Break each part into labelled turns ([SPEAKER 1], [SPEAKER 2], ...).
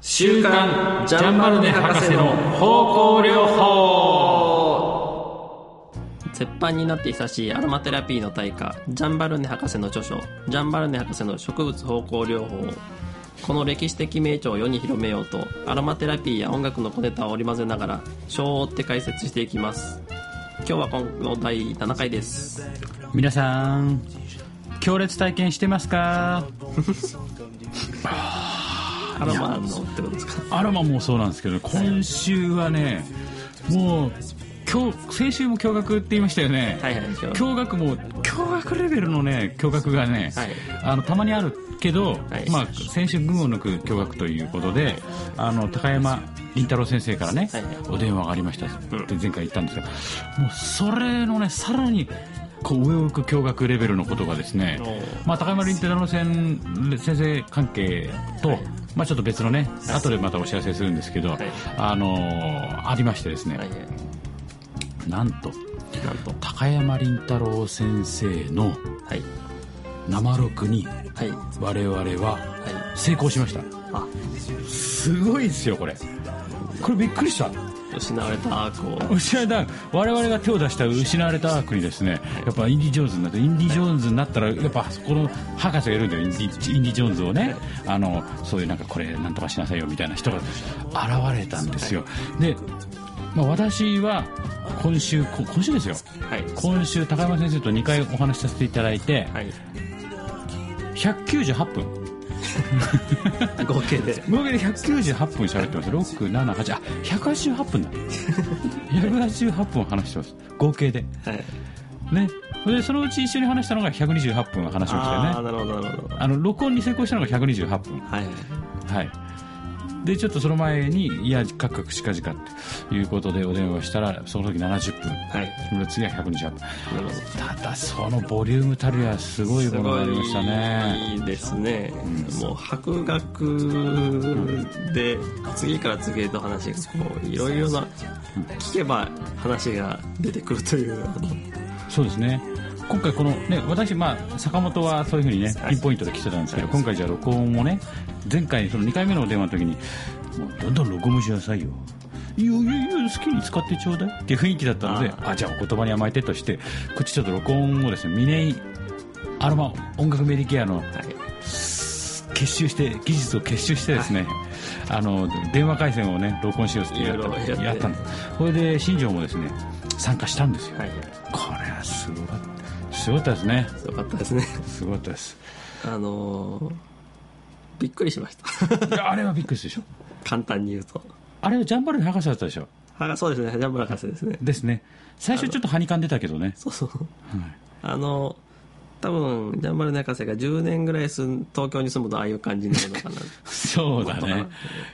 [SPEAKER 1] 週刊ジャンバルネ博士の方向療法
[SPEAKER 2] 絶版になって久しいアロマテラピーの大家ジャンバルネ博士の著書「ジャンバルネ博士の植物方向療法」この歴史的名著を世に広めようとアロマテラピーや音楽の小ネタを織り交ぜながら章を追って解説していきます今日は今後第7回です
[SPEAKER 3] 皆さん強烈体験してますか
[SPEAKER 2] アロマのってことですか
[SPEAKER 3] アロマもそうなんですけど今週はねもう今日先週も驚愕って言いましたよね、
[SPEAKER 2] はいはい今日
[SPEAKER 3] 驚愕も驚愕レベルのね驚愕がね、
[SPEAKER 2] はい
[SPEAKER 3] あのたまにあるけど、
[SPEAKER 2] はい
[SPEAKER 3] まあ、先週群を抜く驚愕ということであの高山林太郎先生からね、
[SPEAKER 2] はい
[SPEAKER 3] お電話がありました
[SPEAKER 2] うん
[SPEAKER 3] って前回言ったんですが、もうそれのねさらにこう上を行く驚愕レベルのことがですね
[SPEAKER 2] おう、
[SPEAKER 3] まあ、高山林太郎先先生関係と、まあ、ちょっと別のね後でまたお知らせするんですけど、
[SPEAKER 2] い
[SPEAKER 3] あのありましてですね、
[SPEAKER 2] はいはい
[SPEAKER 3] なんと
[SPEAKER 2] なんと
[SPEAKER 3] 高山林太郎先生の
[SPEAKER 2] はい
[SPEAKER 3] 生録に
[SPEAKER 2] はいは
[SPEAKER 3] 我々はい成功しました
[SPEAKER 2] あ
[SPEAKER 3] すごいですよこれこれびっくりした
[SPEAKER 2] 失われたアークを
[SPEAKER 3] 失われた我々が手を出した失われたアークにですねやっぱインディ・ジョーンズになってインディ・ジョーンズになったらやっぱそこの博士がいるんだよインディ・インディジョーンズをねあのそういうなんかこれなんとかしなさいよみたいな人が現れたんですよで、まあ、私は今週こ今週ですよ
[SPEAKER 2] はい
[SPEAKER 3] 今週高山先生と2回お話しさせていただいて
[SPEAKER 2] はい
[SPEAKER 3] 198分
[SPEAKER 2] 合計で
[SPEAKER 3] 合計で198分喋ってます678あ188分だ 188分話してます合計で
[SPEAKER 2] はい
[SPEAKER 3] ねでそのうち一緒に話したのが128分話しました
[SPEAKER 2] ああ
[SPEAKER 3] よ
[SPEAKER 2] な
[SPEAKER 3] ね
[SPEAKER 2] るほどなるほど
[SPEAKER 3] あの録音に成功したのが128分
[SPEAKER 2] はい
[SPEAKER 3] はいでちょっとその前に「いやカクカクしかじか」っていうことでお電話したらその時70分
[SPEAKER 2] はい
[SPEAKER 3] その次は128分
[SPEAKER 2] なるほど
[SPEAKER 3] ただそのボリュームたるやすごいものがありましたね
[SPEAKER 2] いいですね、もう博学で次から次へと話がこういろいろな聞けば話が出てくるというあの
[SPEAKER 3] そうですね今回このね私まあ坂本はそういうふうにねピンポイントで来てたんですけど今回じゃあ録音もね前回その2回目のお電話の時に「もうどんどん録音しなさいよ」いやいやいや好きに使ってちょうだいっていう雰囲気だったので
[SPEAKER 2] あ
[SPEAKER 3] あじゃあお言葉に甘えてとしてこっちちょっと録音をですねミネイアロマ音楽メディケアの
[SPEAKER 2] はい
[SPEAKER 3] 結集して技術を結集してですね、あの電話回線をね録音しようってやった
[SPEAKER 2] いろいろやって
[SPEAKER 3] やったんですこれで新庄もですね参加したんですよ、
[SPEAKER 2] はい
[SPEAKER 3] これはすごかったすごかったですね
[SPEAKER 2] よかったです ね
[SPEAKER 3] すごかったです
[SPEAKER 2] あのーびっくりしました
[SPEAKER 3] いやあれはびっくりしたでしょ
[SPEAKER 2] 簡単に言うと
[SPEAKER 3] あれはジャンバルの博士だったでしょ
[SPEAKER 2] はそうですねジャンブラ博士ですね
[SPEAKER 3] ですね最初ちょっとはにかんでたけどね
[SPEAKER 2] そうそう、あの多分ジャンバル博士が10年ぐらい住ん東京に住むとああいう感じになるのかな
[SPEAKER 3] そうだ ね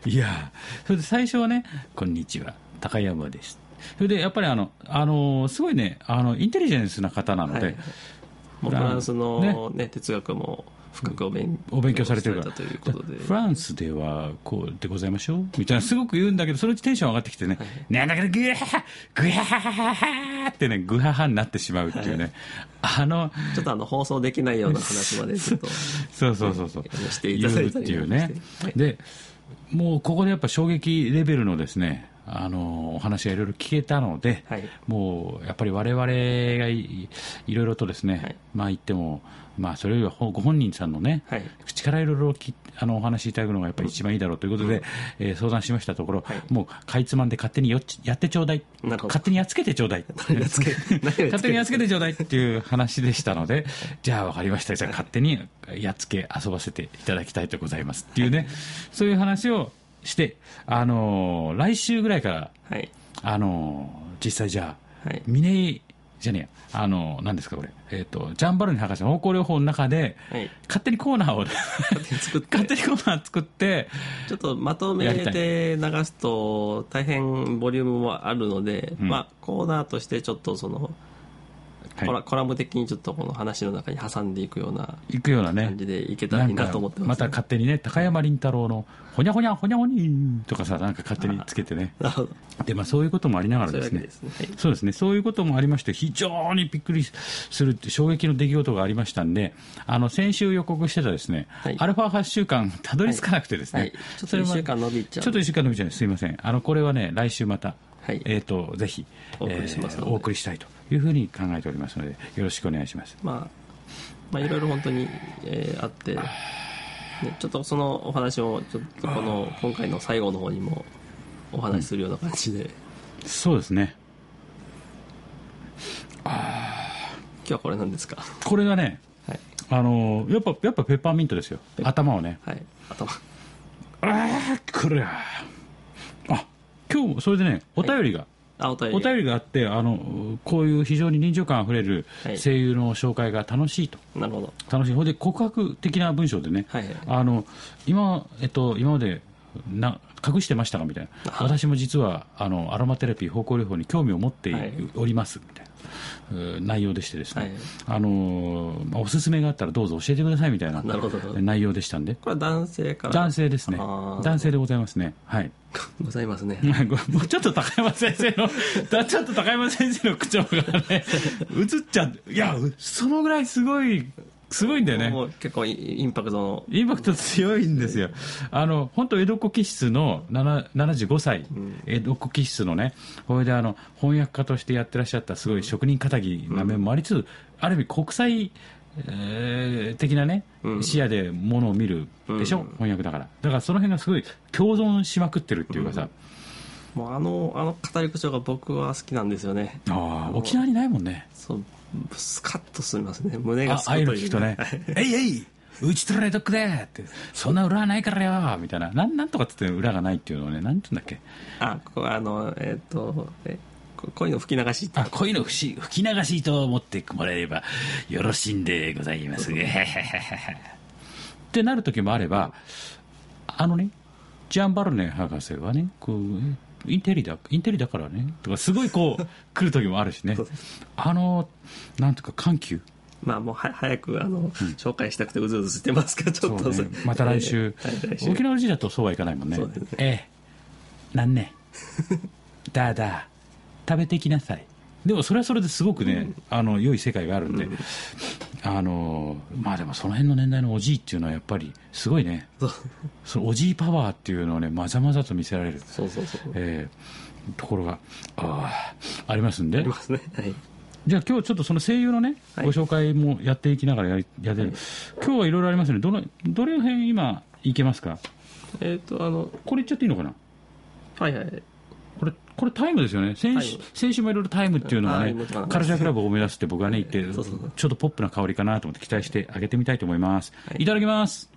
[SPEAKER 3] いやそれで最初はね「こんにちは高山です」それでやっぱりあの、あのすごいねあのインテリジェンスな方なので、
[SPEAKER 2] はいもうフランスの、ね哲学も深くお勉
[SPEAKER 3] お勉強されてるか
[SPEAKER 2] さ
[SPEAKER 3] ら
[SPEAKER 2] れたということで
[SPEAKER 3] フランスではこうでございましょうみたいなすごく言うんだけどそのうちテンション上がってきてね、なんだけどグハハグハハハハってねグハハになってしまうっていうね、あの
[SPEAKER 2] ちょっとあの放送できないような話までちょっ と
[SPEAKER 3] そうそうそうそう
[SPEAKER 2] うんしていただいたり
[SPEAKER 3] 言うっていうね
[SPEAKER 2] はい
[SPEAKER 3] でもうここでやっぱ衝撃レベルのですねあのお話がいろいろ聞けたので、
[SPEAKER 2] はい
[SPEAKER 3] もうやっぱり我々がいいろいろとですね、
[SPEAKER 2] はい
[SPEAKER 3] まあ言っても、まあ、それよりはほご本人さんのね、
[SPEAKER 2] はい
[SPEAKER 3] 口からいろいろきあのお話しいただくのがやっぱり一番いいだろうということで、えー相談しましたところ、
[SPEAKER 2] はい
[SPEAKER 3] もうかいつまんで勝手によっちやってちょうだい
[SPEAKER 2] なるほど
[SPEAKER 3] 勝手にやっつけてちょうだい
[SPEAKER 2] 何がつけ何が
[SPEAKER 3] 勝手にやっつけ
[SPEAKER 2] て
[SPEAKER 3] てちょうだいっていう話でしたので、 じゃあ分かりました、じゃあ勝手にやっつけ遊ばせていただきたいでございますっていうね、そういう話をして、あのー来週ぐらいから、
[SPEAKER 2] はい
[SPEAKER 3] あのー実際じゃあ、
[SPEAKER 2] はい
[SPEAKER 3] ミネイじゃねえや、あのー何ですかこれ、えっ、と、ジャンバルニ博士の方向療法の中で、
[SPEAKER 2] はい
[SPEAKER 3] 勝手にコーナーを、
[SPEAKER 2] 勝手に作って
[SPEAKER 3] 勝手にコーナー作って、
[SPEAKER 2] ちょっとまとめ
[SPEAKER 3] やりたい
[SPEAKER 2] て流すと大変ボリュームもあるので、まあ、コーナーとしてちょっとその
[SPEAKER 3] はい
[SPEAKER 2] コラコラム的にちょっとこの話の中に挟んでいくような
[SPEAKER 3] 行くようなね
[SPEAKER 2] 感じでいけたら
[SPEAKER 3] ない
[SPEAKER 2] い
[SPEAKER 3] ん
[SPEAKER 2] な
[SPEAKER 3] か
[SPEAKER 2] と思ってま、
[SPEAKER 3] ます
[SPEAKER 2] ね
[SPEAKER 3] た勝手にね高山林太郎の「ほにゃほにゃほにゃほにー」とかさなんか勝手につけてね
[SPEAKER 2] なるほど
[SPEAKER 3] でまあそういうこともありながら
[SPEAKER 2] そういう
[SPEAKER 3] で
[SPEAKER 2] わ
[SPEAKER 3] す
[SPEAKER 2] け
[SPEAKER 3] ね
[SPEAKER 2] ですねはい
[SPEAKER 3] そうですね、そういうこともありまして、非常にびっくりするって、衝撃の出来事がありましたんで、あの先週予告してたですね、
[SPEAKER 2] はい
[SPEAKER 3] アルファ8週間、たどり着かなくてですね、
[SPEAKER 2] はいはいちょっと
[SPEAKER 3] それまで
[SPEAKER 2] 一週間伸びちゃう
[SPEAKER 3] ちょっと一週間伸びちゃうすみません、あのこれはね、来週また、
[SPEAKER 2] はい
[SPEAKER 3] えー、とぜひ
[SPEAKER 2] お送りしますので
[SPEAKER 3] えーお送りしたいというふうに考えておりますので、よろしくお願いします。
[SPEAKER 2] まあ、まあいろいろ本当に、えーあって、ね、ちょっとそのお話をちょっとこの今回の最後の方にもお話しするような感じで、今
[SPEAKER 3] そうですね
[SPEAKER 2] 日はこれなんですか
[SPEAKER 3] これがね
[SPEAKER 2] はい、
[SPEAKER 3] あのやっぱやっぱペッパーミントですよ頭をね
[SPEAKER 2] はい、頭
[SPEAKER 3] ああこれはあ今日もそれでねお便りが、
[SPEAKER 2] あお便り
[SPEAKER 3] お便りがあってあのこういう非常に臨場感あふれる
[SPEAKER 2] はい
[SPEAKER 3] 声優の紹介が楽しいと、
[SPEAKER 2] なるほど
[SPEAKER 3] 楽しいほんで告白的な文章でね、
[SPEAKER 2] はいはい
[SPEAKER 3] あの今えっと、今までな隠してましたかみたいな私も実はあのアロマテレピー方向療法に興味を持って
[SPEAKER 2] はい
[SPEAKER 3] おりますみたいな。う内容でしてですね、
[SPEAKER 2] はい
[SPEAKER 3] あのまあおすすめがあったらどうぞ教えてくださいみたいな
[SPEAKER 2] なるほど
[SPEAKER 3] 内容でしたんで
[SPEAKER 2] これは男性から
[SPEAKER 3] 男性ですね
[SPEAKER 2] あー
[SPEAKER 3] 男性でございますねはい
[SPEAKER 2] ございますね
[SPEAKER 3] まあごもうちょっと高山先生の、 だちょっと高山先生の口調がね、映っちゃう。いや、うそのぐらいすごい、すごいんだよ
[SPEAKER 2] も
[SPEAKER 3] ね。
[SPEAKER 2] う結構イインパクトの
[SPEAKER 3] インパクト強いんですよ。あの、本当江戸っ子気質の7 75歳、江戸っ子気質のね、これであの、翻訳家としてやってらっしゃったすごい職人かたぎな面もありつつ、ある意味国際、えー的なね、視野でものを見るでしょ、翻訳だから。だからその辺がすごい共存しまくってるっていうかさ、
[SPEAKER 2] もうあのあの語り口調が僕は好きなんですよね
[SPEAKER 3] ああ、沖縄にないもんね。
[SPEAKER 2] そうスカッとすみますね胸が
[SPEAKER 3] あ
[SPEAKER 2] スカ
[SPEAKER 3] ああ
[SPEAKER 2] ッ
[SPEAKER 3] いう
[SPEAKER 2] と
[SPEAKER 3] の聞くとね「 えいえいうち取られとくで!」って「そんな裏はないからよ!」みたいななんなんとかっつって裏がないっていうのをねなんて言うんだっけ
[SPEAKER 2] あここあのえっ、とえここういうの吹き流しって
[SPEAKER 3] あこういうの吹き吹き流しと思ってもらえればよろしいんでございます ってなる時もあればあのねジャン・バルネ博士はねこうインテリだインテリだからねとかすごいこう来る時もあるしねあのなんとか緩急
[SPEAKER 2] まあもうは早くあの、紹介したくてうずうずしてますからちょっと
[SPEAKER 3] そうね、また来週、
[SPEAKER 2] えーはい来週
[SPEAKER 3] 沖縄人だとそうはいかないもんね
[SPEAKER 2] そうですね
[SPEAKER 3] ええなんねだあだあ食べてきなさいでもそれはそれですごくね、あの良い世界があるんで、あのまあでもその辺の年代のおじいっていうのはやっぱりすごいね
[SPEAKER 2] そう
[SPEAKER 3] そのおじいパワーっていうのをねまざまざと見せられる、
[SPEAKER 2] そうそうそう
[SPEAKER 3] ええところがああありますん
[SPEAKER 2] あ
[SPEAKER 3] で
[SPEAKER 2] りますねはい
[SPEAKER 3] じゃあ今日ちょっとその声優のね、
[SPEAKER 2] はい
[SPEAKER 3] ご紹介もやっていきながらやりやってる、今日はいろいろありますねどのどれ辺今いけますか
[SPEAKER 2] えっ、とあの
[SPEAKER 3] これいっちゃっていいのかな
[SPEAKER 2] はいはい
[SPEAKER 3] これこれタイムですよね先
[SPEAKER 2] タイ
[SPEAKER 3] 週
[SPEAKER 2] ム
[SPEAKER 3] 先週もいろいろタイムっていうのは
[SPEAKER 2] あーい
[SPEAKER 3] ね
[SPEAKER 2] いことなんです
[SPEAKER 3] カルチャークラブを思い出すって僕がね言って
[SPEAKER 2] そうそうそう
[SPEAKER 3] ちょっとポップな香りかなと思って期待してあげてみたいと思います、
[SPEAKER 2] はい
[SPEAKER 3] い、ただきます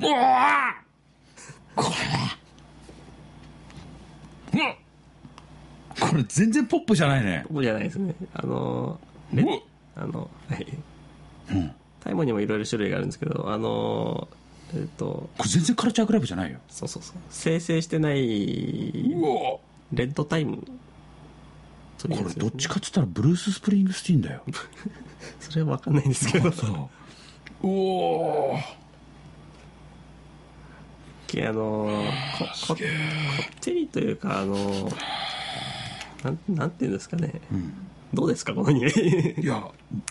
[SPEAKER 3] うわーこれうわこれ全然ポップじゃないね
[SPEAKER 2] 僕じゃないですねあの
[SPEAKER 3] うわ
[SPEAKER 2] あのはい、タイムにもいろいろ種類があるんですけどあのえっ、と
[SPEAKER 3] これ全然カルチャークラブじゃないよ
[SPEAKER 2] そうそうそう生成してないう
[SPEAKER 3] わ
[SPEAKER 2] レッドタイムという
[SPEAKER 3] こ
[SPEAKER 2] や
[SPEAKER 3] れ
[SPEAKER 2] つ
[SPEAKER 3] どっちかっつったらブルース・スプリングスティーンだよ
[SPEAKER 2] それは分かんないんですけど
[SPEAKER 3] そうおー
[SPEAKER 2] けあのこここってりというかあのなんなんていうんですかね、どうですかこの匂い
[SPEAKER 3] いや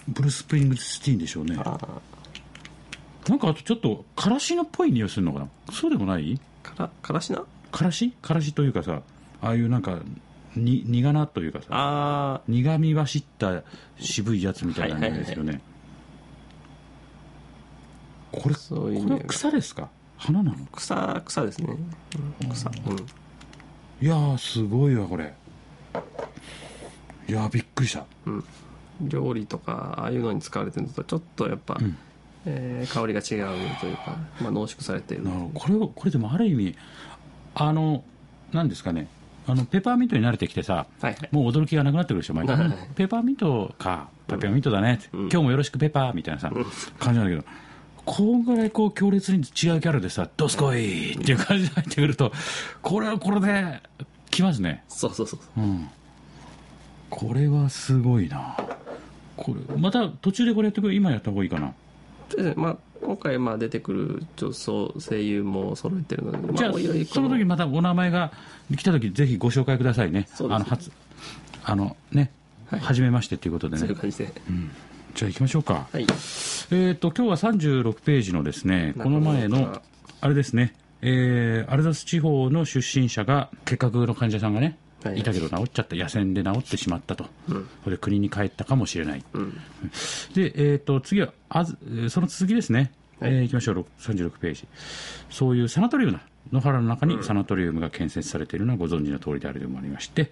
[SPEAKER 3] ブルース・スプリングスティーンでしょうね
[SPEAKER 2] あ
[SPEAKER 3] なんかあとちょっとからしのっぽい匂いするのかなそうでもない
[SPEAKER 2] からからしな
[SPEAKER 3] からしからしというかさああいうなんかに苦なというかさ
[SPEAKER 2] あ
[SPEAKER 3] 苦み走った渋いやつみたいな匂いですよね、これ
[SPEAKER 2] そういう
[SPEAKER 3] これ
[SPEAKER 2] 匂い
[SPEAKER 3] は
[SPEAKER 2] が
[SPEAKER 3] 草ですか花なの
[SPEAKER 2] ー草草ですね、うん、草、うん、
[SPEAKER 3] いやーすごいわこれいやーびっくりした
[SPEAKER 2] 料理とかああいうのに使われてるのとちょっとやっぱ、えー香りが違うというか、まあ、濃縮されている
[SPEAKER 3] なるほどこれをこれでもある意味あのなんですかねあのペパーミントに慣れてきてさ、
[SPEAKER 2] はいはい
[SPEAKER 3] もう驚きがなくなってくるでしょ毎回、
[SPEAKER 2] はい
[SPEAKER 3] ペパーミントかペパーミントだねって、今日もよろしくペパーみたいなさ、感じなんだけどこんぐらいこう強烈に違うキャラでさ「どすこい!」っていう感じで入ってくるとこれはこれで来ますね
[SPEAKER 2] そうそうそう
[SPEAKER 3] うんこれはすごいなこれまた途中でこれやってくる今やった方がいいかな
[SPEAKER 2] そうですねまあ、今回まあ出てくる女装声優も揃えてるので、ま
[SPEAKER 3] じゃあ
[SPEAKER 2] おいおいこ
[SPEAKER 3] その時またお名前が来た時ぜひご紹介くださいね
[SPEAKER 2] そうですね
[SPEAKER 3] あの初あのね
[SPEAKER 2] はい
[SPEAKER 3] 初めましてということで
[SPEAKER 2] そういう
[SPEAKER 3] ね
[SPEAKER 2] 感じで、
[SPEAKER 3] じゃあ行きましょうか
[SPEAKER 2] はい
[SPEAKER 3] えー、と今日は36ページのですね
[SPEAKER 2] なるほ
[SPEAKER 3] この
[SPEAKER 2] ど
[SPEAKER 3] 前のあれですね、えーアルザス地方の出身者が結核の患者さんがね、
[SPEAKER 2] はい
[SPEAKER 3] い、たけど治っちゃった野戦で治ってしまったと、それで国に帰ったかもしれない、で、えー、と次はあずえーその続きですね、いえー行きましょうろく36ページそういうサナトリウムだ野原の中にサナトリウムが建設されているのはご存知の通りであるでもありまして、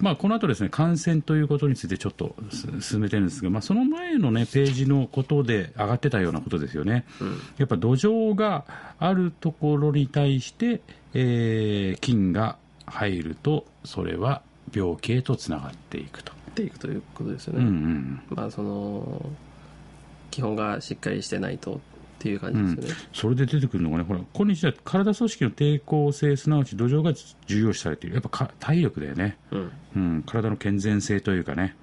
[SPEAKER 3] まあ、この後ですね感染ということについてちょっとす進めてるんですが、まあ、その前の、ね、ページのことで上がってたようなことですよね、やっぱ土壌があるところに対して、えー菌が入るとそれは病気へとつながっていくと、
[SPEAKER 2] っていくということですよ
[SPEAKER 3] うんう
[SPEAKER 2] ね、
[SPEAKER 3] ん、
[SPEAKER 2] まあその基本がしっかりしてないとっていう感じですよね、
[SPEAKER 3] それで出てくるのがねほら今日は体組織の抵抗性すなわち土壌が重要視されているやっぱか体力だよね、
[SPEAKER 2] うん
[SPEAKER 3] うん、体の健全性というかね、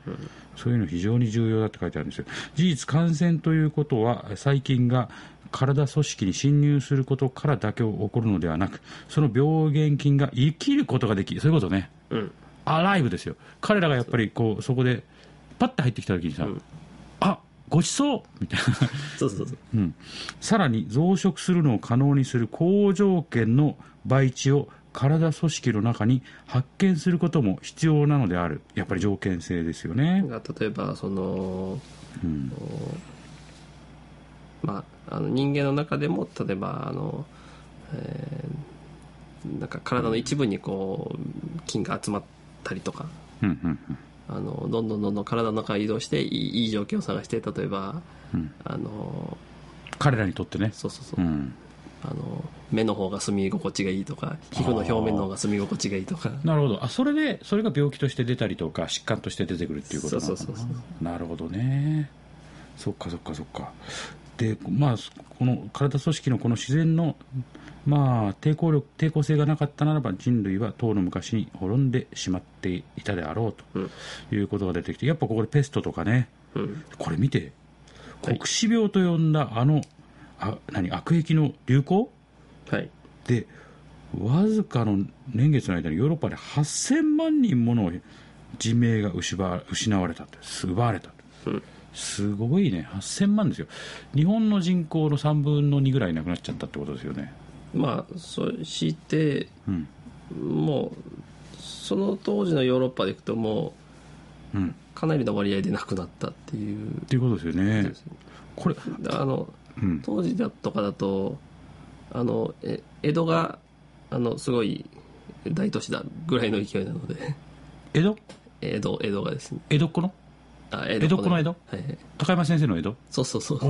[SPEAKER 3] そういうの非常に重要だって書いてあるんですよ事実感染ということは細菌が体組織に侵入することからだけ起こるのではなくその病原菌が生きることができるそういうことね
[SPEAKER 2] うん
[SPEAKER 3] アライブですよ彼らがやっぱりこうそこでパッて入ってきた時にさ、
[SPEAKER 2] ん
[SPEAKER 3] あごちそうみたいな
[SPEAKER 2] そうそうそう
[SPEAKER 3] うん、さらに増殖するのを可能にする好条件の培地を体組織の中に発見することも必要なのであるやっぱり条件性ですよね、
[SPEAKER 2] が例えばその
[SPEAKER 3] うん
[SPEAKER 2] まあ、あの人間の中でも例えばあの、えーなんか体の一部にこう菌が集まったりとか
[SPEAKER 3] うんうん
[SPEAKER 2] あのどんどんどんどん体の中に移動していいいい条件を探して例えば、
[SPEAKER 3] うん
[SPEAKER 2] あの
[SPEAKER 3] 彼らにとってね、
[SPEAKER 2] そうそうそうう、
[SPEAKER 3] ん、
[SPEAKER 2] あの目の方が住み心地がいいとか皮膚の表面の方が住み心地がいいとか
[SPEAKER 3] なるほどあそれでそれが病気として出たりとか疾患として出てくるっていうことなのかな
[SPEAKER 2] そうそうそう
[SPEAKER 3] なるほどねそっかそっかそっかでまあこの体組織のこの自然のまあ抵抗力抵抗性がなかったならば人類は当の昔に滅んでしまっていたであろう
[SPEAKER 2] うん
[SPEAKER 3] ということが出てきてやっぱここでペストとかね
[SPEAKER 2] うん
[SPEAKER 3] これ見て
[SPEAKER 2] はい
[SPEAKER 3] 黒死病と呼んだあのあ何悪役の流行
[SPEAKER 2] はい
[SPEAKER 3] でわずかの年月の間にヨーロッパで8000万人もの人命が失わ失われたって奪われたっ
[SPEAKER 2] う
[SPEAKER 3] て
[SPEAKER 2] ん
[SPEAKER 3] すごいね8000万ですよ日本の人口の3分の2ぐらいなくなっちゃったってことですよね
[SPEAKER 2] まあそして
[SPEAKER 3] うん
[SPEAKER 2] もうその当時のヨーロッパでいくとも
[SPEAKER 3] うんっ
[SPEAKER 2] うかなりの割合でなくなったっていう
[SPEAKER 3] ていうことですよねこれ
[SPEAKER 2] だあの
[SPEAKER 3] うん
[SPEAKER 2] 当時だとかだとあのえ江戸があのすごい大都市だぐらいの勢いなので
[SPEAKER 3] 江戸
[SPEAKER 2] 江戸江戸がですね
[SPEAKER 3] 江戸っ子の
[SPEAKER 2] あ
[SPEAKER 3] 江戸っ子の江戸
[SPEAKER 2] はいはい
[SPEAKER 3] 高山先生の江戸
[SPEAKER 2] そうそうそ
[SPEAKER 3] お
[SPEAKER 2] う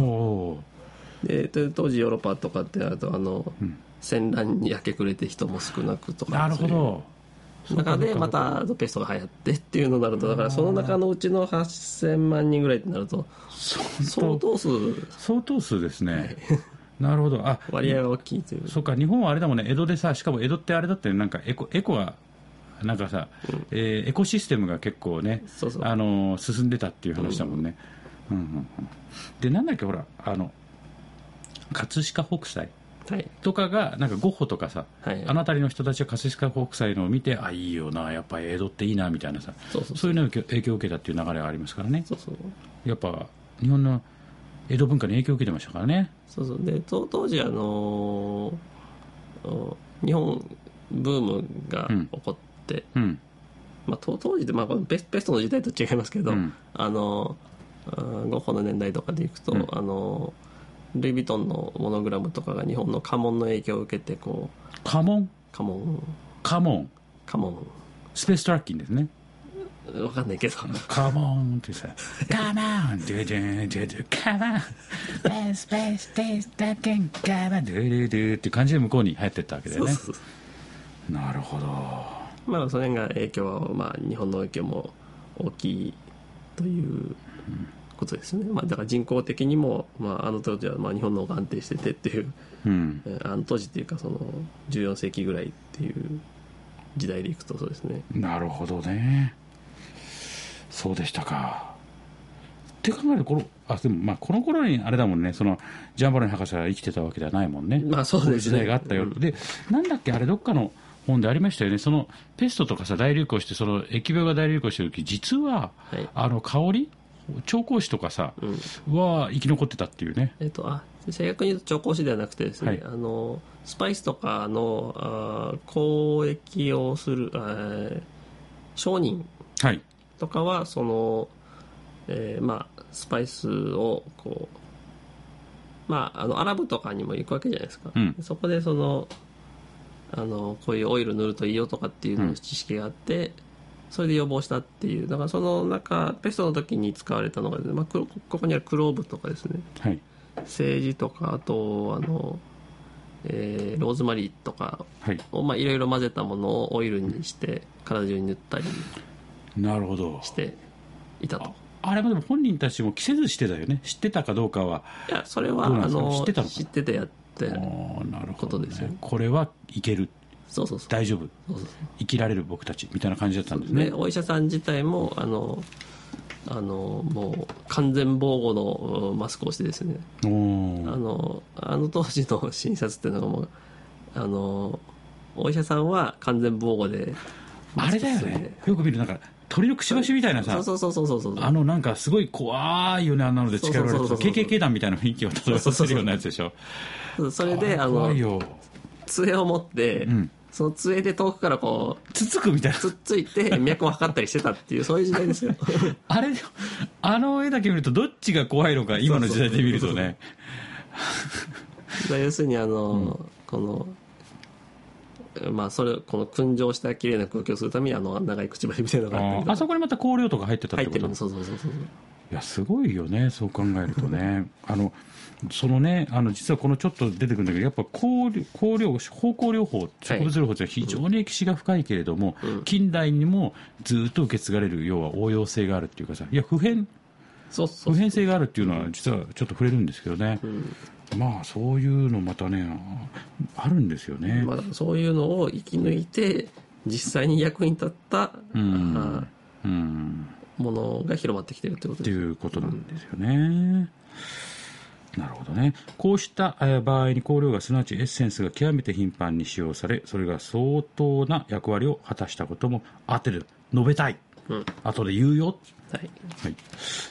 [SPEAKER 3] お
[SPEAKER 2] でで当時ヨーロッパとかってなるとあの、
[SPEAKER 3] ん
[SPEAKER 2] 戦乱に明け暮れて人も少なくとか
[SPEAKER 3] なるほど
[SPEAKER 2] そういう中でまたペストが流行ってっていうのになるとだからその中のうちの8000万人ぐらいってなると相当数
[SPEAKER 3] 相当数ですねなるほどあ
[SPEAKER 2] 割合が大きいという
[SPEAKER 3] そうか日本はあれだもんね江戸でさしかも江戸ってあれだってなんかエコエコはなんかさ、えーエコシステムが結構ね
[SPEAKER 2] そうそう
[SPEAKER 3] あのー進んでたっていう話だもんね、うんうんうん、でなんだっけほらあの葛飾北斎
[SPEAKER 2] はい
[SPEAKER 3] とかがなんかゴッホとかさ、
[SPEAKER 2] はい
[SPEAKER 3] あの辺りの人たちが葛飾北斎のを見てあいいよなやっぱ江戸っていいなみたいなさ
[SPEAKER 2] そうそう
[SPEAKER 3] そういうのを受け影響を受けたっていう流れがありますからね
[SPEAKER 2] そうそう
[SPEAKER 3] やっぱ日本の江戸文化に影響を受けてましたからね
[SPEAKER 2] そうそうでと当時あのーお日本ブームが
[SPEAKER 3] うん
[SPEAKER 2] 起こって、
[SPEAKER 3] うん
[SPEAKER 2] まあ、と当時って、まあ、これベスベストの時代と違いますけど、
[SPEAKER 3] うん
[SPEAKER 2] あのーうんゴッホの年代とかでいくと、
[SPEAKER 3] うん
[SPEAKER 2] あのールイ・ヴィトンのモノグラムとかが日本の家紋の影響を受けてこう
[SPEAKER 3] 家紋
[SPEAKER 2] 家紋
[SPEAKER 3] 家紋
[SPEAKER 2] 家紋
[SPEAKER 3] スペーストラッキンですね
[SPEAKER 2] わかんないけど
[SPEAKER 3] カモンってさ、カモン、ドゥドゥドゥドゥ、カモン、ベースベースベースだけん、カモン、ドゥドゥドゥって感じで向こうに入ってったわけだ
[SPEAKER 2] そ
[SPEAKER 3] よ
[SPEAKER 2] う
[SPEAKER 3] ね。
[SPEAKER 2] そうそう
[SPEAKER 3] なるほど。
[SPEAKER 2] まあその辺が影響は、まあ、日本の影響も大きいということですね、まあ、だから人口的にも、まあ、あの当時はまあ日本の方が安定しててっていう
[SPEAKER 3] うん。
[SPEAKER 2] えーあの当時っていうかその14世紀ぐらいっていう時代でいくとそうですね
[SPEAKER 3] なるほどね。そうでしたか。って考えるとこのあでもまあこの頃にあれだもんねそのジャンバルの博士が生きてたわけではないもんね。
[SPEAKER 2] まあそうですね
[SPEAKER 3] こい時代があったよ。でなんだっけあれどっかの本でありましたよね。そのペストとかさ大流行してその疫病が大流行してる時実は、
[SPEAKER 2] はい
[SPEAKER 3] あの香り調香師とかさ、は生き残ってたっていうね。
[SPEAKER 2] えっと、あ正確に言うと調香師ではなくてですね、
[SPEAKER 3] はい
[SPEAKER 2] あのスパイスとかのあー交易をするあー商人
[SPEAKER 3] はい。
[SPEAKER 2] とかはその、えーまあ、スパイスをこう、まあ、あのアラブとかにも行くわけじゃないですか、
[SPEAKER 3] うん
[SPEAKER 2] そこでそのあのこういうオイル塗るといいよとかっていうの
[SPEAKER 3] うん
[SPEAKER 2] の知識があって、それで予防したっていうだからその中ペストの時に使われたのが、まあ、くここにあるクローブとかですね
[SPEAKER 3] はい。
[SPEAKER 2] 政治とかあとあの、えーローズマリーとか
[SPEAKER 3] はい。
[SPEAKER 2] をまあいろいろ混ぜたものをオイルにして体中に塗ったり
[SPEAKER 3] なるほど。
[SPEAKER 2] していたと
[SPEAKER 3] あれもでも本人たちも着せずしてたよね。知ってたかどうかは。
[SPEAKER 2] いやそれは
[SPEAKER 3] どうなん
[SPEAKER 2] あ
[SPEAKER 3] ですか
[SPEAKER 2] の
[SPEAKER 3] 知ってたのか
[SPEAKER 2] 知っててやって
[SPEAKER 3] おーなるほ
[SPEAKER 2] こと
[SPEAKER 3] ど、
[SPEAKER 2] ですよ
[SPEAKER 3] ね。これはいける。
[SPEAKER 2] そうそうそう
[SPEAKER 3] 大丈夫。
[SPEAKER 2] そうそう
[SPEAKER 3] 生きられる僕たちみたいな感じだったんですね
[SPEAKER 2] ね、お医者さん自体もあのあのもう完全防護のうんマスクをしてですね
[SPEAKER 3] お
[SPEAKER 2] あ
[SPEAKER 3] ー
[SPEAKER 2] のあの当時の診察っていうのがもうあのお医者さんは完全防護で
[SPEAKER 3] あれだよ
[SPEAKER 2] マスクして
[SPEAKER 3] ねよく見るなんか鳥のくちばしみたいなさ
[SPEAKER 2] そうそうそうそうそうそう
[SPEAKER 3] あのなんかすごい怖いよねあんなので近寄られ
[SPEAKER 2] そう
[SPEAKER 3] る
[SPEAKER 2] そうそうそう
[SPEAKER 3] KKK 団みたいな雰囲気を漂わせるようなやつでしょ
[SPEAKER 2] それであの
[SPEAKER 3] 怖いよ
[SPEAKER 2] 杖を持って、
[SPEAKER 3] ん
[SPEAKER 2] その杖で遠くからこう
[SPEAKER 3] つつくみたいな
[SPEAKER 2] つっついて脈を測ったりしてたっていうそういう時代ですよ
[SPEAKER 3] あれあの絵だけ見るとどっちが怖いのか今の時代で見るとね
[SPEAKER 2] 要するにあの、このまあそれこの燻蒸した綺麗な空気をするためにあの長い口針みたいなの
[SPEAKER 3] あ
[SPEAKER 2] があったり
[SPEAKER 3] ーあそこにまた香料とか入ってたっ
[SPEAKER 2] 入って
[SPEAKER 3] てこと
[SPEAKER 2] るのそうそうそうそう
[SPEAKER 3] いやすごいよねそう考えるとね あのそのねあの実はこのちょっと出てくるんだけどやっぱ香料香料方向療法植物療法っていうのは非常に歴史が深いけれども、近代にもずっと受け継がれる要は応用性があるっていうかさいや普遍
[SPEAKER 2] そうそ
[SPEAKER 3] 普
[SPEAKER 2] う
[SPEAKER 3] 遍性があるっていうのは実はちょっと触れるんですけどね、まあそういうのまたねああるんですよね、
[SPEAKER 2] まあ、そういうのを生き抜いて実際に役に立った、
[SPEAKER 3] ん
[SPEAKER 2] あ
[SPEAKER 3] うん
[SPEAKER 2] ーものが広まってきてるってこと
[SPEAKER 3] って
[SPEAKER 2] です
[SPEAKER 3] いうことなんですよね。なるほどね。こうしたえー場合に香料がすなわちエッセンスが極めて頻繁に使用され、それが相当な役割を果たしたことも当てる。述べたい。
[SPEAKER 2] うん
[SPEAKER 3] 後で言うよ。
[SPEAKER 2] はい
[SPEAKER 3] はい、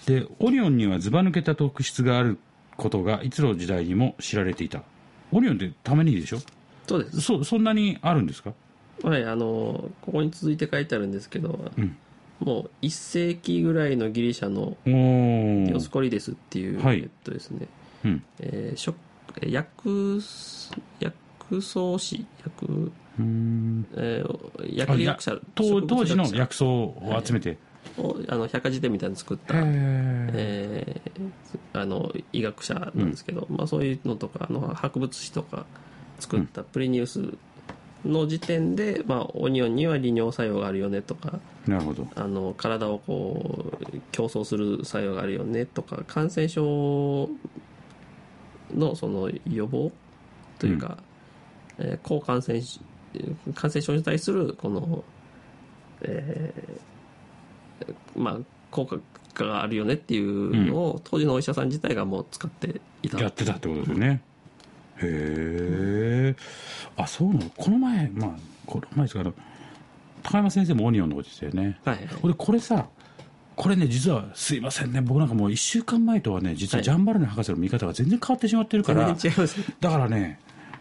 [SPEAKER 3] でオニオンにはずば抜けた特質があることがいつの時代にも知られていた。オニオンってためにいいでしょ
[SPEAKER 2] そうです
[SPEAKER 3] そそんなにあるんですか
[SPEAKER 2] はい、あのここに続いて書いてあるんですけど、
[SPEAKER 3] ん
[SPEAKER 2] もう1世紀ぐらいのギリシャの
[SPEAKER 3] おー
[SPEAKER 2] ヨスコリデスっていう、
[SPEAKER 3] はい
[SPEAKER 2] えっとですね、
[SPEAKER 3] うん
[SPEAKER 2] えー、食えー薬薬草師薬、
[SPEAKER 3] うん
[SPEAKER 2] えー、薬理学者
[SPEAKER 3] あや当当時の
[SPEAKER 2] 薬
[SPEAKER 3] 薬草を集めて。
[SPEAKER 2] をあの百科事典みたいに作った、
[SPEAKER 3] へー
[SPEAKER 2] えーあの医学者なんですけど、まあ、そういうのとかあの博物誌とか作ったプリニウスの時点で、まあ、オニオンには利尿作用があるよねとか
[SPEAKER 3] なるほど。
[SPEAKER 2] あの体をこう競争する作用があるよねとか感染症のその予防というか、えー高感染し感染症に対するこの、えーまあ、効果があるよねっていうのを、当時のお医者さん自体がもう使っていた
[SPEAKER 3] やってたってことですよね。へえ。あ、そうなの。この前、まあ、この前ですから、高山先生もオニオンのことでしたよね。
[SPEAKER 2] はい
[SPEAKER 3] 俺、これさ、これね、実は、すいませんね。僕なんかもう一週間前とはね、実
[SPEAKER 2] は
[SPEAKER 3] はいジャンバルネ博士の見方が全然変わってしまってるから、
[SPEAKER 2] 全然違います
[SPEAKER 3] だからね、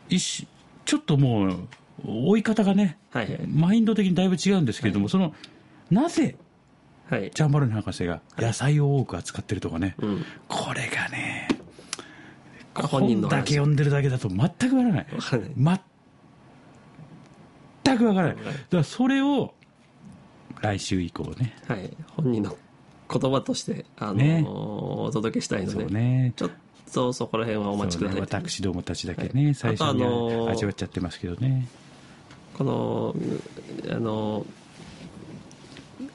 [SPEAKER 3] 一しちょっともう、追い方がね、
[SPEAKER 2] はいはい
[SPEAKER 3] マインド的にだいぶ違うんですけれども、その、なぜ、
[SPEAKER 2] はい
[SPEAKER 3] ジャンバルネ博士が野菜を多く扱ってるとかね、
[SPEAKER 2] うん
[SPEAKER 3] これがね
[SPEAKER 2] 本人の
[SPEAKER 3] 本だけ
[SPEAKER 2] 話
[SPEAKER 3] 読んでるだけだと全くわからない
[SPEAKER 2] わからない
[SPEAKER 3] 全くわからないだからそれを来週以降ね
[SPEAKER 2] はい、本人の言葉として、あの
[SPEAKER 3] ね
[SPEAKER 2] お届けしたいの
[SPEAKER 3] そ
[SPEAKER 2] で、
[SPEAKER 3] うね
[SPEAKER 2] ちょっとそこら辺はお待ちくださ
[SPEAKER 3] そうね
[SPEAKER 2] い、
[SPEAKER 3] 私どもたちだけね、
[SPEAKER 2] はい
[SPEAKER 3] 最初
[SPEAKER 2] あとあ
[SPEAKER 3] に
[SPEAKER 2] のー
[SPEAKER 3] 味わっちゃってますけどね
[SPEAKER 2] このあの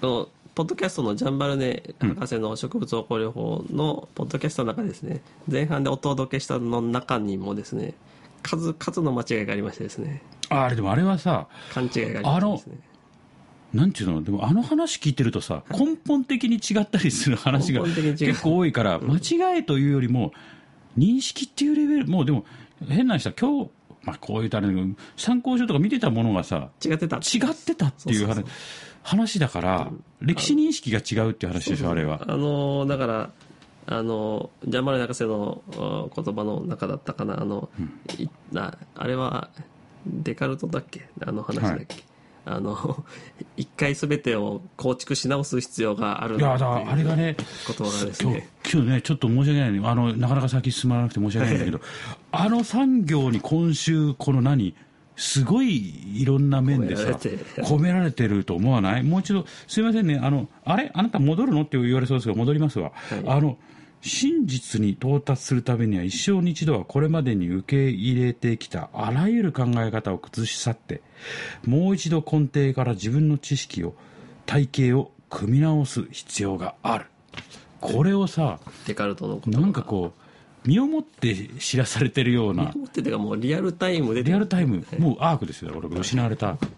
[SPEAKER 2] このポッドキャストのジャンバルネ博士の植物方向療法のポッドキャストの中ですね、前半でお届けしたの中にもですね数数の間違いがありましてですね
[SPEAKER 3] ああれでもあれはさ
[SPEAKER 2] 勘違いがあり
[SPEAKER 3] あ
[SPEAKER 2] ま
[SPEAKER 3] の
[SPEAKER 2] してですね
[SPEAKER 3] なんていうのでもあの話聞いてるとさ根本的に違ったりする話が
[SPEAKER 2] 根本的に違う
[SPEAKER 3] 結構多いから間違えというよりも認識っていうレベルもうでも変な話さ今日、まあ、こういうたれだけど参考書とか見てたものがさ
[SPEAKER 2] 違ってた
[SPEAKER 3] 違ってたっていう
[SPEAKER 2] そう
[SPEAKER 3] 話
[SPEAKER 2] そう
[SPEAKER 3] 話だから歴史認識が違うっていう話でしょあれは
[SPEAKER 2] あのーだからあのージャンマル博士のあー言葉の中だったかなあの、いなあれはデカルトだっけあの話だっけ、あの 一回すべてを構築し直す必要がある
[SPEAKER 3] いやだからあれがね
[SPEAKER 2] ことがです
[SPEAKER 3] 今日
[SPEAKER 2] ね
[SPEAKER 3] 今日ねちょっと申し訳ないねあのなかなか先進まなくて申し訳ないんだけどあの産業に今週この何すごいいろんな面でさ
[SPEAKER 2] 褒められてる
[SPEAKER 3] 褒められてると思わないもう一度すいませんねあのあれあなた戻るのって言われそうですが戻りますわ、あの真実に到達するためには一生に一度はこれまでに受け入れてきたあらゆる考え方を崩し去ってもう一度根底から自分の知識を体系を組み直す必要があるこれをさ
[SPEAKER 2] デカルトの言葉
[SPEAKER 3] なんかこう身をもって知らされてるような
[SPEAKER 2] 思っててかもうリアルタイムで
[SPEAKER 3] リアルタイム、もうアークですよ、これ、失われたアーク、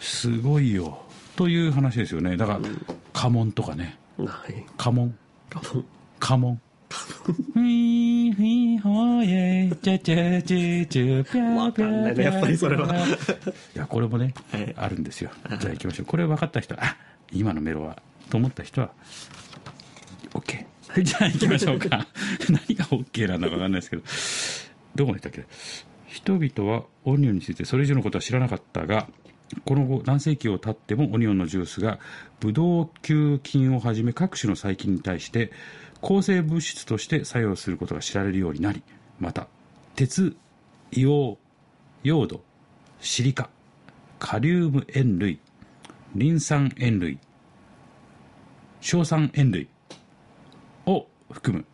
[SPEAKER 3] すごいよ、という話ですよね、だから、家紋とかね、
[SPEAKER 2] はい
[SPEAKER 3] 家紋、
[SPEAKER 2] かも
[SPEAKER 3] 家紋。ふいふいほえちゃちゃちゃちゃぴゃ
[SPEAKER 2] わ
[SPEAKER 3] ぴ
[SPEAKER 2] かんな
[SPEAKER 3] ゃ
[SPEAKER 2] いねやっぱりそれはい
[SPEAKER 3] やこれもね
[SPEAKER 2] はい
[SPEAKER 3] あるんですよじゃあ行きましょうこれ分かった人はあ今のメロはと思った人は OK じゃあ行きましょうか 何が OK なのか分かんないですけどどこにいたっけ人々はオニオンについてそれ以上のことは知らなかったがこの後何世紀を経ってもオニオンのジュースがブドウ球菌をはじめ各種の細菌に対して抗生物質として作用することが知られるようになりまた鉄硫黄ヨードシリカカリウム塩類リン酸塩類硝酸塩類を含む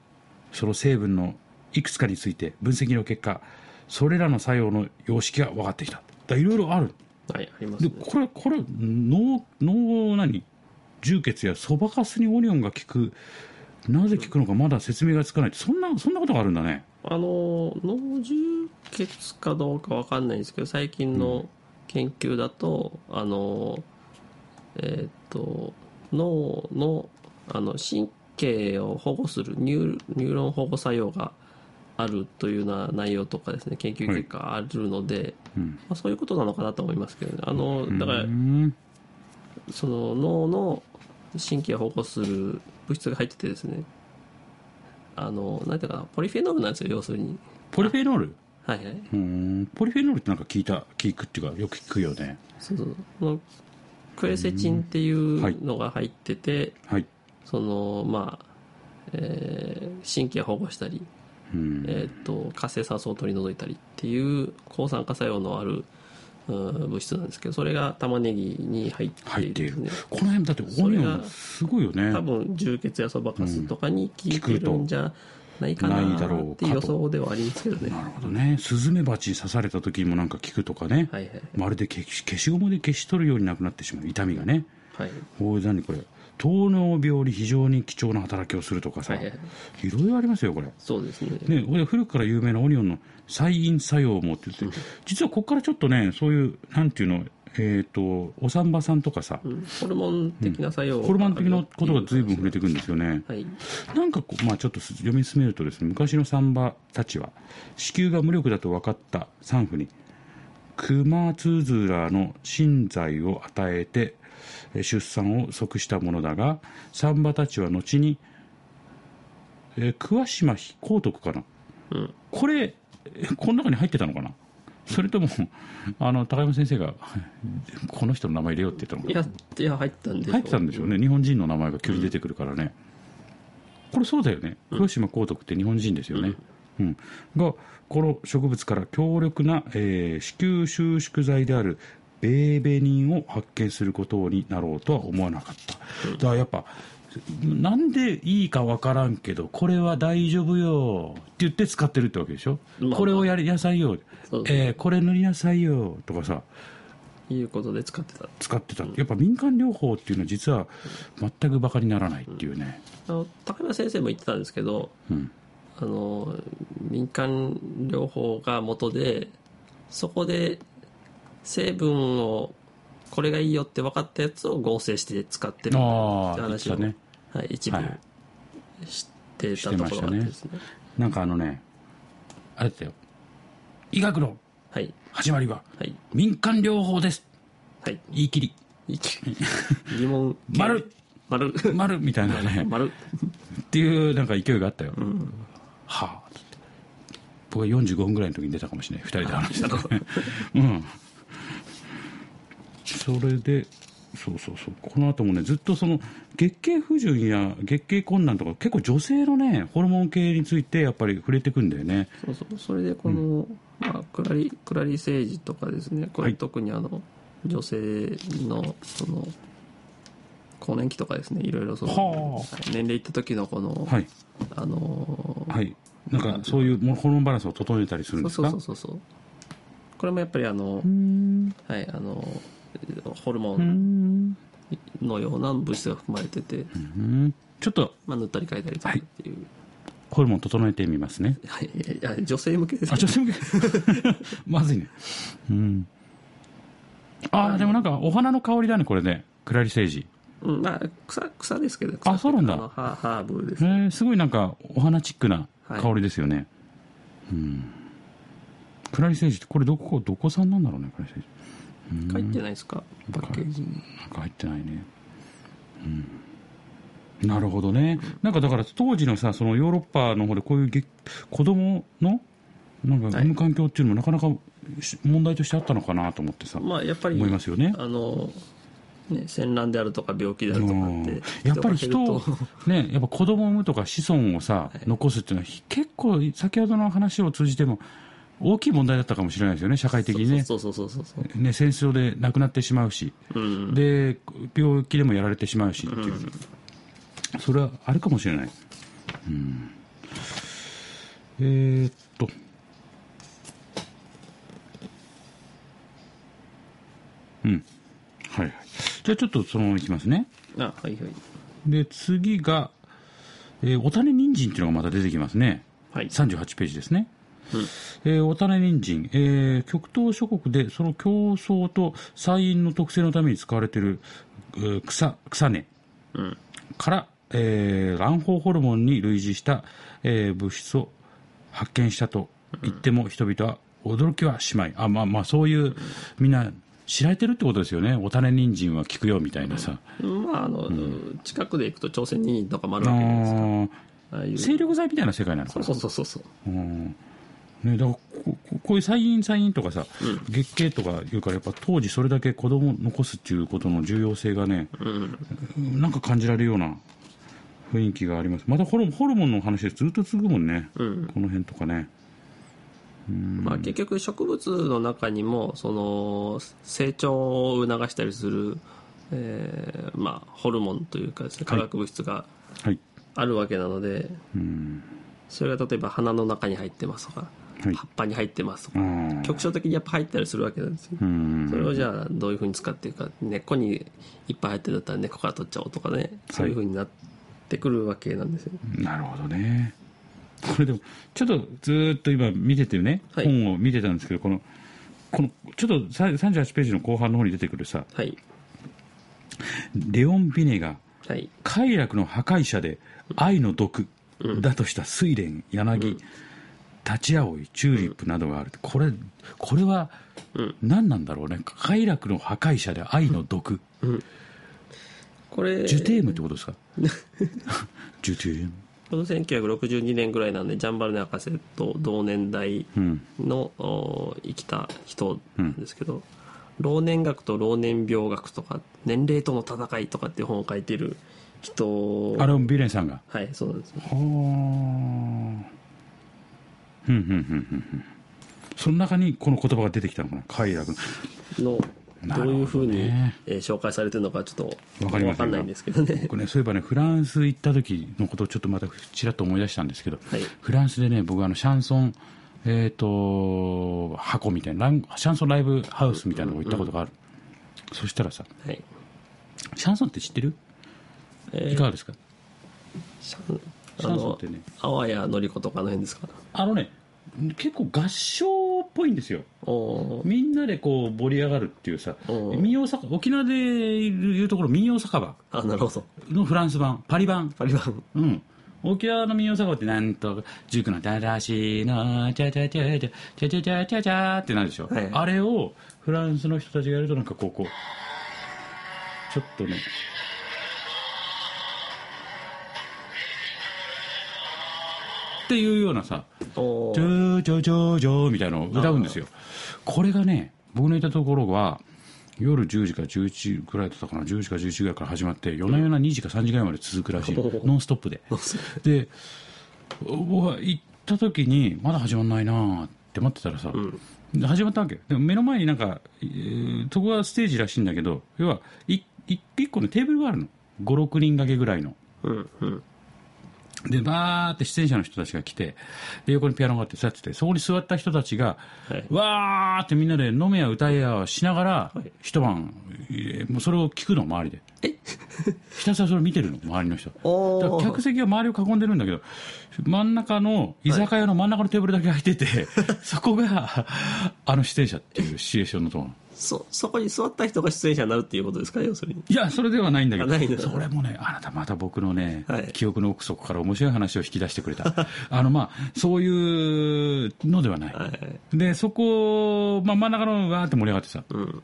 [SPEAKER 3] その成分のいくつかについて分析の結果それらの作用の様式が分かってきただからいろいろある
[SPEAKER 2] はいあります
[SPEAKER 3] で
[SPEAKER 2] ね
[SPEAKER 3] これこれ脳脳何充血やそばかすにオニオンが効くなぜ効くのかまだ説明がつかないそんなそんなことがあるんだね
[SPEAKER 2] あの脳充血かどうかわかんないんですけど最近の研究だと、あのえーっと脳のあの神経を保護するニューニューロン保護作用があるというような内容とかですね研究結果あるので、
[SPEAKER 3] うん
[SPEAKER 2] まあ、そういうことなのかなと思いますけどねあのだから、
[SPEAKER 3] うん
[SPEAKER 2] その脳の神経を保護する物質が入っててですねあのなんていうかなポリフェノールなんですよ要するに。
[SPEAKER 3] ポリフェノール
[SPEAKER 2] はいはい、
[SPEAKER 3] うんポリフェノールってなんか聞いた聞くっていうかよく聞くよね
[SPEAKER 2] そうそうそのクエセチンっていうのが入ってて、
[SPEAKER 3] はい
[SPEAKER 2] そのまあ、えー神経を保護したり、
[SPEAKER 3] うん
[SPEAKER 2] えー、と活性酸素を取り除いたりっていう抗酸化作用のあるうん物質なんですけどそれが玉ねぎに入って
[SPEAKER 3] 入っ
[SPEAKER 2] い
[SPEAKER 3] て
[SPEAKER 2] る
[SPEAKER 3] い
[SPEAKER 2] ん
[SPEAKER 3] る、
[SPEAKER 2] ですね
[SPEAKER 3] この辺だってオニオ
[SPEAKER 2] それ
[SPEAKER 3] ン
[SPEAKER 2] が
[SPEAKER 3] すごいよね
[SPEAKER 2] 多分充血やそばかすとかに効いてるんじゃないか
[SPEAKER 3] うん効
[SPEAKER 2] な
[SPEAKER 3] くと
[SPEAKER 2] っていう予想ではありますけどね
[SPEAKER 3] なるほどねスズメバチに刺された時にもなんか効くとかね、
[SPEAKER 2] はいはい
[SPEAKER 3] まるで消し消しゴムで消し取るようになくなってしまう痛みがね
[SPEAKER 2] はい
[SPEAKER 3] おい何これ糖尿病に非常に貴重な働きをするとかさ、
[SPEAKER 2] はい
[SPEAKER 3] い
[SPEAKER 2] はい
[SPEAKER 3] ろいろありますよこれ
[SPEAKER 2] そうですね
[SPEAKER 3] ね、これ古くから有名なオニオンの細因作用もって言って実はここからちょっとねそういうなんていうのえっ、とお産婆さんとかさ、
[SPEAKER 2] うんホルモン的な作用
[SPEAKER 3] ホルマン的なことが随分触れてくるんですよね、
[SPEAKER 2] はい
[SPEAKER 3] なんかこう、まあ、ちょっと読み進めるとですね昔のサンバたちは子宮が無力だと分かった産婦にクマツズラの新剤を与えてえー出産を即したものだがサンバたちは後に、えー桑島非光徳かな、
[SPEAKER 2] うん
[SPEAKER 3] これえーこの中に入ってたのかなそれともあの高山先生がこの人の名前入れようって言ったのかない
[SPEAKER 2] やいや入ったんでしょ
[SPEAKER 3] 入ってたんでしょうね日本人の名前が急に出てくるからね、これそうだよね黒島光徳って日本人ですよね、うんがこの植物から強力な、えー子宮収縮剤であるベーベニンを発見することになろうとは思わなかった、だからやっぱなんでいいかわからんけどこれは大丈夫よって言って使ってるってわけでしょ、
[SPEAKER 2] まあまあ
[SPEAKER 3] これをやりなさいよ、
[SPEAKER 2] そうそう
[SPEAKER 3] えーこれ塗りなさいよとかさ
[SPEAKER 2] いうことで使ってた
[SPEAKER 3] 使ってた、やっぱ民間療法っていうのは実は全くバカにならないっていうね、
[SPEAKER 2] あの高山先生も言ってたんですけど
[SPEAKER 3] うん
[SPEAKER 2] あの民間療法が元でそこで成分をこれがいいよって分かったやつを合成して使ってる
[SPEAKER 3] ああ、
[SPEAKER 2] 話
[SPEAKER 3] 実は
[SPEAKER 2] を、
[SPEAKER 3] ね。
[SPEAKER 2] はい、一部
[SPEAKER 3] はい
[SPEAKER 2] 知ってたところがあってですね
[SPEAKER 3] なんかあのね、あれだよ。医学の
[SPEAKER 2] はい
[SPEAKER 3] 始まりは、
[SPEAKER 2] はい
[SPEAKER 3] 民間療法です。
[SPEAKER 2] はい
[SPEAKER 3] 言い切り。
[SPEAKER 2] いき疑 問
[SPEAKER 3] 丸
[SPEAKER 2] 丸
[SPEAKER 3] 丸みたいなね。
[SPEAKER 2] 丸
[SPEAKER 3] っていうなんか勢いがあったよ。はあ。僕は45分ぐらいの時に出たかもしれない。二人で 話してた、ね。うん。それで、そうそうそう。この後もね、ずっとその、月経不順や月経困難とか、結構女性のね、ホルモン系についてやっぱり触れてくんだよね。
[SPEAKER 2] そうそうそれでこの、まあ、クラリクラリ政治とかですねこ
[SPEAKER 3] は
[SPEAKER 2] れ
[SPEAKER 3] い
[SPEAKER 2] 特にあの、女性のその更年期とかですねいろいろその
[SPEAKER 3] は
[SPEAKER 2] 年齢いった時のこの、
[SPEAKER 3] はい。
[SPEAKER 2] あのー
[SPEAKER 3] はい。なんか、そういうもホルモンバランスを整えたりするんです
[SPEAKER 2] そう
[SPEAKER 3] か
[SPEAKER 2] そうそうそうこれもやっぱりあの、はいあのホルモン
[SPEAKER 3] ん
[SPEAKER 2] のような物質が含まれてて、
[SPEAKER 3] うんちょっと、
[SPEAKER 2] まあ、塗ったり変えたりとかっていう、
[SPEAKER 3] ホルモン整えてみますね。
[SPEAKER 2] はいいや、女性向けです
[SPEAKER 3] あ、ちょっと待 って、まずいね。うん。あー、でもなんか、お花の香りだね、これね。クラリセージ。
[SPEAKER 2] うんまあ、草草ですけど
[SPEAKER 3] あそうなんだ
[SPEAKER 2] 草っていかあのハーハーブで
[SPEAKER 3] え
[SPEAKER 2] す、
[SPEAKER 3] ー、すごいなんか、お花チックな
[SPEAKER 2] はい
[SPEAKER 3] 香りですよね。うん。クラリセージって、これどこ、どこ産なんだろうね、クラリセージ。
[SPEAKER 2] 書いてないですかパッケージに
[SPEAKER 3] なんか入ってないね。うん。なるほどね。なんかだから当時のさ、そのヨーロッパの方でこういうげ子供のなんか
[SPEAKER 2] はい
[SPEAKER 3] 産む環境っていうのもなかなかし問題としてあったのかなと思ってさ、
[SPEAKER 2] まあやっぱり
[SPEAKER 3] 思いますよね。
[SPEAKER 2] あのね戦乱であるとか病気であるとかっ
[SPEAKER 3] うん
[SPEAKER 2] て
[SPEAKER 3] やっぱり人
[SPEAKER 2] 人
[SPEAKER 3] を
[SPEAKER 2] が減ると
[SPEAKER 3] ね、やっぱ子供を産むとか子孫をさ、残すっていうのはひ結構先ほどの話を通じても大きい問題だったかもしれないですよね、社会的にね。
[SPEAKER 2] そうそうそうそうそう
[SPEAKER 3] ね、戦争で亡くなってしまうし、
[SPEAKER 2] うん
[SPEAKER 3] で病気でもやられてしまうしっていう、それはあるかもしれない、うん、えーっとうんはいはいじゃあちょっとそのままいきますね
[SPEAKER 2] あはいはい
[SPEAKER 3] で次が、えーお種人参っていうのがまた出てきますね
[SPEAKER 2] はい
[SPEAKER 3] 38ページですね、えーお種人参、えー極東諸国でその競争と菜因の特性のために使われているえー草草根
[SPEAKER 2] うん
[SPEAKER 3] から、えー卵胞ホルモンに類似した、えー物質を発見したと言っても人々は驚きはしまい、あまあまあそういうみんな知られてるってことですよねお種人参は効くよみたいなさ、
[SPEAKER 2] まああの、近くで行くと朝鮮人参とかもある
[SPEAKER 3] あ
[SPEAKER 2] わけじゃないですか
[SPEAKER 3] ー
[SPEAKER 2] ああいう
[SPEAKER 3] 精力剤みたいな世界なのか
[SPEAKER 2] そう
[SPEAKER 3] な
[SPEAKER 2] そうそうそうそう
[SPEAKER 3] うんね、だからこここういう再院再院とかさ、月経とかいうからやっぱ当時それだけ子供を残すっていうことの重要性がね、なんか感じられるような雰囲気がありますまたホルホルモンの話でずっと続くもんね、
[SPEAKER 2] うん
[SPEAKER 3] この辺とかね
[SPEAKER 2] まあ、結局植物の中にもその成長を促したりする、えーまあ、ホルモンというかですね化学物質が
[SPEAKER 3] はい
[SPEAKER 2] あるわけなので、
[SPEAKER 3] うん
[SPEAKER 2] それが例えば花の中に入ってますとか、
[SPEAKER 3] はい
[SPEAKER 2] 葉っぱに入ってますと
[SPEAKER 3] あ
[SPEAKER 2] か
[SPEAKER 3] ー
[SPEAKER 2] 局所的にやっぱ入ったりするわけなんですよ、
[SPEAKER 3] うん
[SPEAKER 2] それをじゃあどういうふうに使っていくか根っこにいっぱい入ってるんだったら根っこから取っちゃおうとかねそういうふうになってくるわけなんですよ、
[SPEAKER 3] なるほどねこれでもちょっとずーっと今見ててね、
[SPEAKER 2] はい
[SPEAKER 3] 本を見てたんですけどこのこのちょっとさ38ページの後半の方に出てくるさ
[SPEAKER 2] はい
[SPEAKER 3] レオン・ビネが
[SPEAKER 2] はい
[SPEAKER 3] 快楽の破壊者で愛の毒だとした睡蓮柳立ち葵チューリップなどがあるこれこれは
[SPEAKER 2] うん
[SPEAKER 3] 何なんだろうね快楽の破壊者で愛の毒
[SPEAKER 2] これ
[SPEAKER 3] ジュテームってことで すかジュテーム
[SPEAKER 2] この1962年ぐらいなんでジャンバルネ博士と同年代
[SPEAKER 3] うん
[SPEAKER 2] の、お生きた人なんですけど、老年学と老年病学とか年齢との戦いとかっていう本を書いてる人
[SPEAKER 3] アロン・ビレンさんが
[SPEAKER 2] はいそうなんですよ
[SPEAKER 3] はあふんふんふんふんふんその中にこの言葉が出てきたのかな快楽の
[SPEAKER 2] の
[SPEAKER 3] な
[SPEAKER 2] ど
[SPEAKER 3] るほ
[SPEAKER 2] う
[SPEAKER 3] どね
[SPEAKER 2] いうふうに、えー紹介されてるのかちょっと
[SPEAKER 3] わかりませんが
[SPEAKER 2] わかんないんですけどね
[SPEAKER 3] 僕ねそういえばねフランス行った時のことをちょっとまたちらっと思い出したんですけど、
[SPEAKER 2] はい
[SPEAKER 3] フランスでね僕あのシャンソンえっ、と箱みたいなランシャンソンライブハウスみたいなのを行ったことがある、そしたらさ
[SPEAKER 2] はい、
[SPEAKER 3] シャンソンって知ってる、
[SPEAKER 2] えー
[SPEAKER 3] いかがですか
[SPEAKER 2] シャンあ
[SPEAKER 3] シャンソンっ
[SPEAKER 2] の
[SPEAKER 3] てね
[SPEAKER 2] あわやのりことかあの辺ですか
[SPEAKER 3] あのね結構合唱っこいいんですよ
[SPEAKER 2] おー
[SPEAKER 3] みんなでこう盛り上がるっていうさ
[SPEAKER 2] おう
[SPEAKER 3] 民謡酒沖縄でいうところ民謡酒場
[SPEAKER 2] あ、なるほど。
[SPEAKER 3] のフランス版パリ版
[SPEAKER 2] パリバン。
[SPEAKER 3] うん沖縄の民謡酒場ってなんと塾の「だらしのチャチャチャチャチャチャチャチャチャ」ってなるでしょ、
[SPEAKER 2] はい
[SPEAKER 3] あれをフランスの人たちがやるとなんかこうこうちょっとねっていうようなさ
[SPEAKER 2] お
[SPEAKER 3] ジ
[SPEAKER 2] ー
[SPEAKER 3] ョージョージョージョーみたいなのを歌うんですよ。これがね、僕のいたところは、夜10時か11時ぐらいだったかな、10時か11時ぐらいから始まって、夜な夜な2時か3時ぐらいまで続くらしい、
[SPEAKER 2] うん
[SPEAKER 3] ノンストップで。で、僕は行った時に、まだ始まんないなーって待ってたらさ、始まったわけ。でも目の前になんか、えーそこはステージらしいんだけど、要は、いい一個のテーブルがあるの。5、6人掛けぐらいの。
[SPEAKER 2] うん、うん。
[SPEAKER 3] で、バーって出演者の人たちが来て、で、横にピアノがあって座ってて、そこに座った人たちが、
[SPEAKER 2] はい
[SPEAKER 3] わーってみんなで飲めや歌えやしながら、
[SPEAKER 2] はい
[SPEAKER 3] 一晩、えーもうそれを聞くの、周りで。 ひたすらそれを見てるの、周りの人。
[SPEAKER 2] おー
[SPEAKER 3] だから客席は周りを囲んでるんだけど、真ん中の、居酒屋の真ん中のテーブルだけ空いてて、 そこが、あの出演者っていうシチュエーションのところなの。
[SPEAKER 2] そ、そこに座った人が出演者になるっていうことですかね、要するに。
[SPEAKER 3] いや、それではないんだけ
[SPEAKER 2] あないんだ
[SPEAKER 3] ど、それもね、あなたまた僕のね、
[SPEAKER 2] はい
[SPEAKER 3] 記憶の奥底から面白い話を引き出してく れた。あの、まあ、そういうのではない。
[SPEAKER 2] はい。
[SPEAKER 3] で、そこ、まあ、真ん中のわーって盛り上がってさ、
[SPEAKER 2] うん。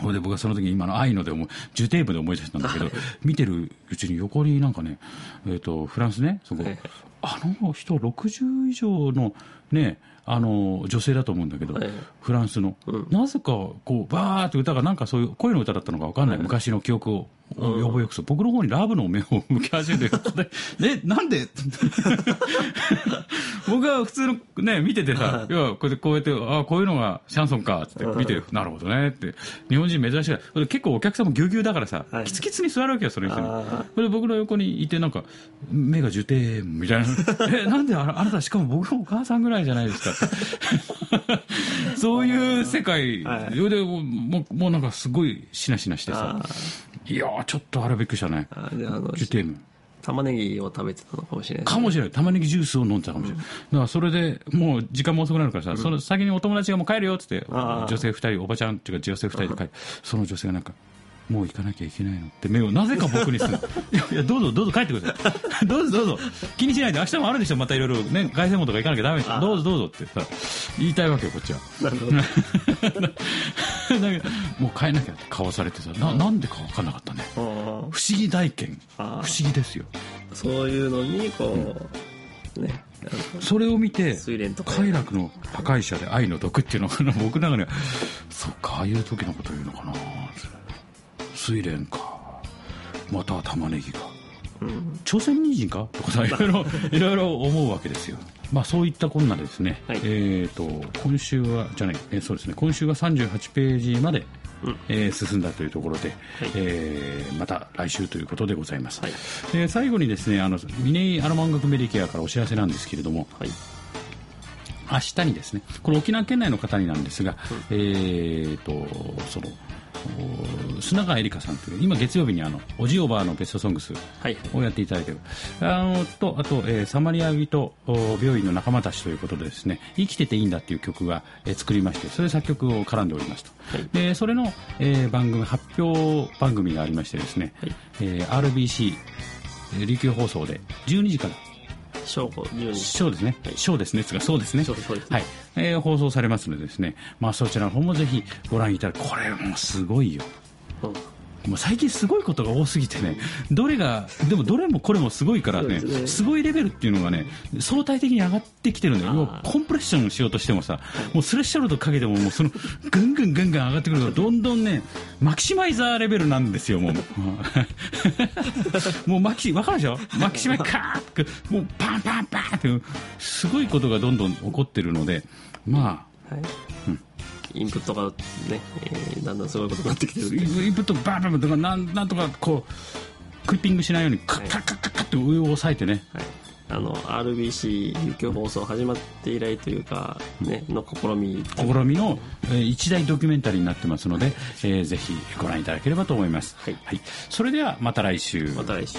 [SPEAKER 3] それで僕はその時に今の愛ので思い、ジュテーブで思い出したんだけど、見てるうちに横になんかね、えっ、と、フランスね、そこ、
[SPEAKER 2] はい
[SPEAKER 3] あの人60以上のね、あの、女性だと思うんだけど、
[SPEAKER 2] はい
[SPEAKER 3] フランスの、なぜかこう、バーって歌がなんかそういう声の歌だったのかわかんない、昔の記憶を。要望よくそう僕の方にラブの目を向け始 めてでえなんで 僕は普通のね見ててさ要はこうやってこうやってあこういうのがシャンソンかっつって見てなるほどねって日本人珍しいから結構お客さんもぎゅうぎゅうだからさ、
[SPEAKER 2] はい
[SPEAKER 3] キツキツに座るわけよその人に
[SPEAKER 2] あー
[SPEAKER 3] それで僕の横にいてなんか目が受定み たいなえなんであらあなたしかも僕のお母さんぐらいじゃないですかって そういう世界
[SPEAKER 2] はい
[SPEAKER 3] それでもうもうなんかすごいしなしなしてさ
[SPEAKER 2] あ
[SPEAKER 3] いやーちょっとあれびっくりしたね
[SPEAKER 2] あーじゃあ、あの、
[SPEAKER 3] 受定ム
[SPEAKER 2] 玉ねぎを食べてたのかもしれない。
[SPEAKER 3] かもしれない玉ねぎジュースを飲んでたかもしれない、だからそれでもう時間も遅くなるからさ、その先にお友達がもう帰るよっつって
[SPEAKER 2] ああ
[SPEAKER 3] 女性2人おばちゃんっていうか女性2人で帰るその女性がなんかもう行かなきゃいけないのって目をなぜか僕 にするいやいやどうぞどうぞ帰ってください どうぞどうぞ気にしないで明日もあるでしょまたいろいろね凱旋門とか行かなきゃダメでしょどうぞどうぞってさ言いたいわけよこっちは
[SPEAKER 2] なるほど。
[SPEAKER 3] だけどもう帰んなきゃって顔されてさななんでか分かんなかったね
[SPEAKER 2] あ
[SPEAKER 3] 不思議体験不
[SPEAKER 2] ああ
[SPEAKER 3] 思議ですよ
[SPEAKER 2] ーそういうのに、こう、ね。
[SPEAKER 3] それを見て
[SPEAKER 2] 睡蓮とか
[SPEAKER 3] 快楽の破壊者で愛の毒っていうのが 僕の中にはそっかああいう時のこと言うのかな睡蓮かまたは玉ねぎか
[SPEAKER 2] うん。
[SPEAKER 3] 朝鮮人参かとかさいろ いろいろいろ思うわけですよまあそういったこんなでですね、
[SPEAKER 2] はい
[SPEAKER 3] えっ、と今週はじゃない、えーそうですね今週は38ページまで、
[SPEAKER 2] うん
[SPEAKER 3] えー進んだというところで、えーまた来週ということでございます、
[SPEAKER 2] はい
[SPEAKER 3] で最後にですねあのミネイアロマ音楽メディケアからお知らせなんですけれども、
[SPEAKER 2] はい。
[SPEAKER 3] 明日にですねこれ沖縄県内の方になんですが、えー、とそのお砂川えりかさんという今月曜日にあのおじおばあのベストソングス
[SPEAKER 2] はい。
[SPEAKER 3] をやっていただいているあのとあと、えーサマリア人お病院の仲間たちということでですね生きてていいんだっていう曲が、えー作りましてそれで作曲を絡んでおりますと、
[SPEAKER 2] はい
[SPEAKER 3] でそれの、えー番組発表番組がありましてですね、
[SPEAKER 2] はい
[SPEAKER 3] えー RBC えー琉球放送で12時から
[SPEAKER 2] 正午12時。
[SPEAKER 3] そうですね
[SPEAKER 2] はい。
[SPEAKER 3] そうですね。つうかそうですね。
[SPEAKER 2] そうですそうです
[SPEAKER 3] はい。えー放送されますのでですね。まあそちらの方もぜひご覧いただく。これもうすごいよ。
[SPEAKER 2] うん
[SPEAKER 3] もう最近すごいことが多すぎてね、どれが、でもどれもこれもすごいからね、
[SPEAKER 2] そう
[SPEAKER 3] す
[SPEAKER 2] ですね
[SPEAKER 3] ごいレベルっていうのがね、相対的に上がってきてるんだよ。
[SPEAKER 2] あー
[SPEAKER 3] もうコンプレッションしようとしてもさ、もうスレッシャルとかけても、もうその、ぐんぐんぐんぐん上がってくるから、どんどんね、マキシマイザーレベルなんですよ、もう。もうマキシ、わかるでしょマキシマイカーって、もうパンパンパンって、すごいことがどんどん起こってるので、まあ、
[SPEAKER 2] はい。インプットがね、えーだんだんすごいことになってきてるんで。
[SPEAKER 3] インプットバーバーとかなんなんとかこうクリッピングしないようにカッカッカッカッカッって上を押さえてね
[SPEAKER 2] はい、あの RBC 有給放送始まって以来というか、ね、の試み
[SPEAKER 3] 試みの、えー一大ドキュメンタリーになってますので、えーぜひご覧いただければと思います、
[SPEAKER 2] はい
[SPEAKER 3] それではまた来週
[SPEAKER 2] また来週。